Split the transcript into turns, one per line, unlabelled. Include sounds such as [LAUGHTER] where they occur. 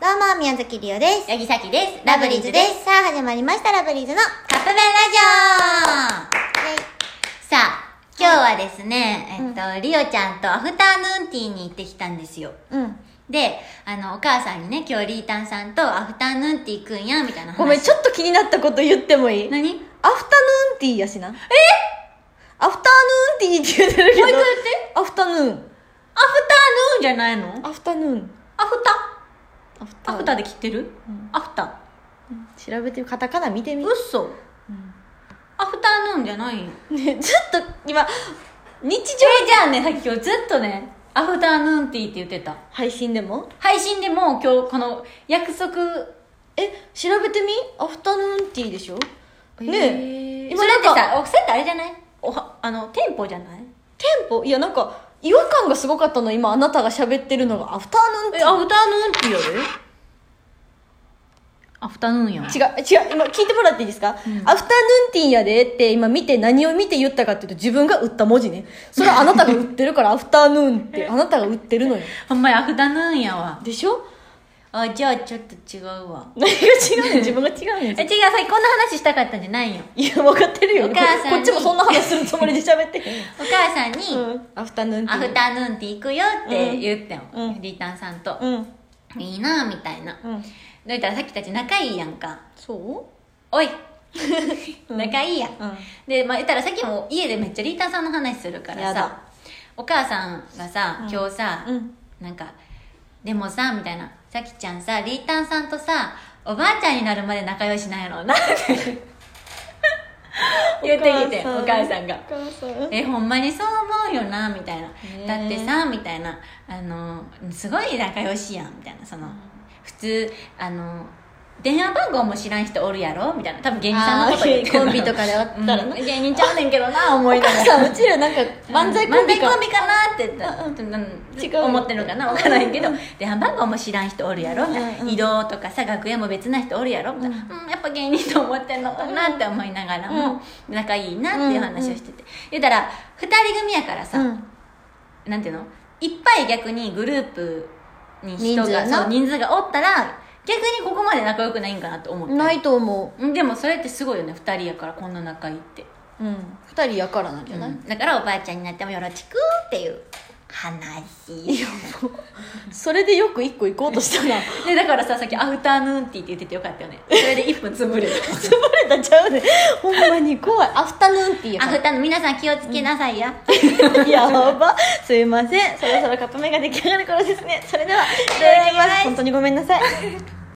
どうも、宮崎りおです。
八木咲です。
ラブリーズです。。さあ、始まりました、ラブリーズの。
カップ麺ラジオさあ、今日はですね、えっと、リオちゃんとアフターヌーンティーに行ってきたんですよ。
うん。
で、あの、お母さんにね、今日リータンさんとアフターヌーンティー行くんや、みたいな話。
ごめん、ちょっと気になったこと言ってもいいアフタヌ
何
ー
もう
ンティーやしな。えアフタヌーンティーって言ってるけ
一
ど。
回言って。
アフタヌーン。
アフターヌーンじゃないの
アフタヌーン。
アフタ
アフ
アフタで切ってる、アフタ。
調べてみカタカナ見てみ。
うっそ。アフターヌーンじゃないよ。
ね、ちょっと、今、日常
え、じゃあね、さっき今日ずっとね、アフターヌーンティーって言ってた。
配信でも
配信でもう今日この約束
え、調べてみアフタヌーンティーでしょねえ。
ね
今
それって
なん
さおそれってあれじゃないおはあの店舗じゃない
テンポいや、なんか、違和感がすごかったの、今、あなたが喋ってるのが、アフタヌーンティー。
アフタヌーンティーやでアフタヌーンやん
違う違う今聞いてもらっていいですか、アフタヌーンティーやでって今見て何を見て言ったかっていうと自分が打った文字ねそれはあなたが打って [LAUGHS] るからアフタヌーンってあなたが打ってるのよ
ほんまやアフタヌーンやわ
でしょ
あじゃあちょっと違うわ
何が違うの自分が違うの
え違うさっきこんな話したかったんじゃないよ
いや分かってるよ
お母さんに
こっちもそんな話するつもりで喋ってへんよ
お母さんに、
うんアフタヌーンテ
ア
ィー
フタヌーンティー行くよって言ってん、
うん
リータンさんと、
うん
いいなみたいな、
うん
どういったらさっきたち仲いいやんか
そ
おい仲いいや、
[LAUGHS] ううん
で、まあ、言ったらさっきも家でめっちゃリーターさんの話するから
やだ
さお母さんがさ今日さ、
うん
なんか「でもさ」みたいな「さきちゃんさリーターさんとさおばあちゃんになるまで仲良しなんやろうな」って言ってきてお母さんが
お母さん
「えほんまにそう思うよな」みたいな「
え
だってさ」みたいな「あのすごい仲良しやん」みたいなその普通あの電話番号も知らん人おるやろみたいな多分芸人さんのこと言ってる
あーコンビとかであったらな
うん芸人ちゃうねんけどな思い
お
なが
母
ら
さんうちらなんか漫才コンビか
[LAUGHS] 漫才かなって言ったらうん
違う
思ってるのかな分からへんけど電話番号も知らん人おるやろみたい
うんう
なん移動とかさ楽屋も別な人おるやろみたいな、うんやっぱ芸人と思ってんのかなって思いながらも、仲いいなっていう話をしてて、言ったら2人組やからさ、
うん
なんていうのいっぱい逆にグループに人
人数
が
やな
そう人数がおったら逆にここまで仲良くないんかなと思って
ないと思
うんでもそれってすごいよね2人やからこんな仲いいって
ううん二人やからなんじゃない、
うんだからおばあちゃんになってもよろしくっていう話
それでよく一個行こうとした [LAUGHS] な
[LAUGHS] でだからささっきアフターヌーンティーって言っててよかったよねそれで1分潰れ
つぶれたちゃうねほんまに怖いアフタヌーンティーや
たア
か
フターヌーン皆さん気をつけなさいや、
らやばすいませんそろそろカップ麺が出来上がる頃ですねそれではいただきます本当にごめんなさい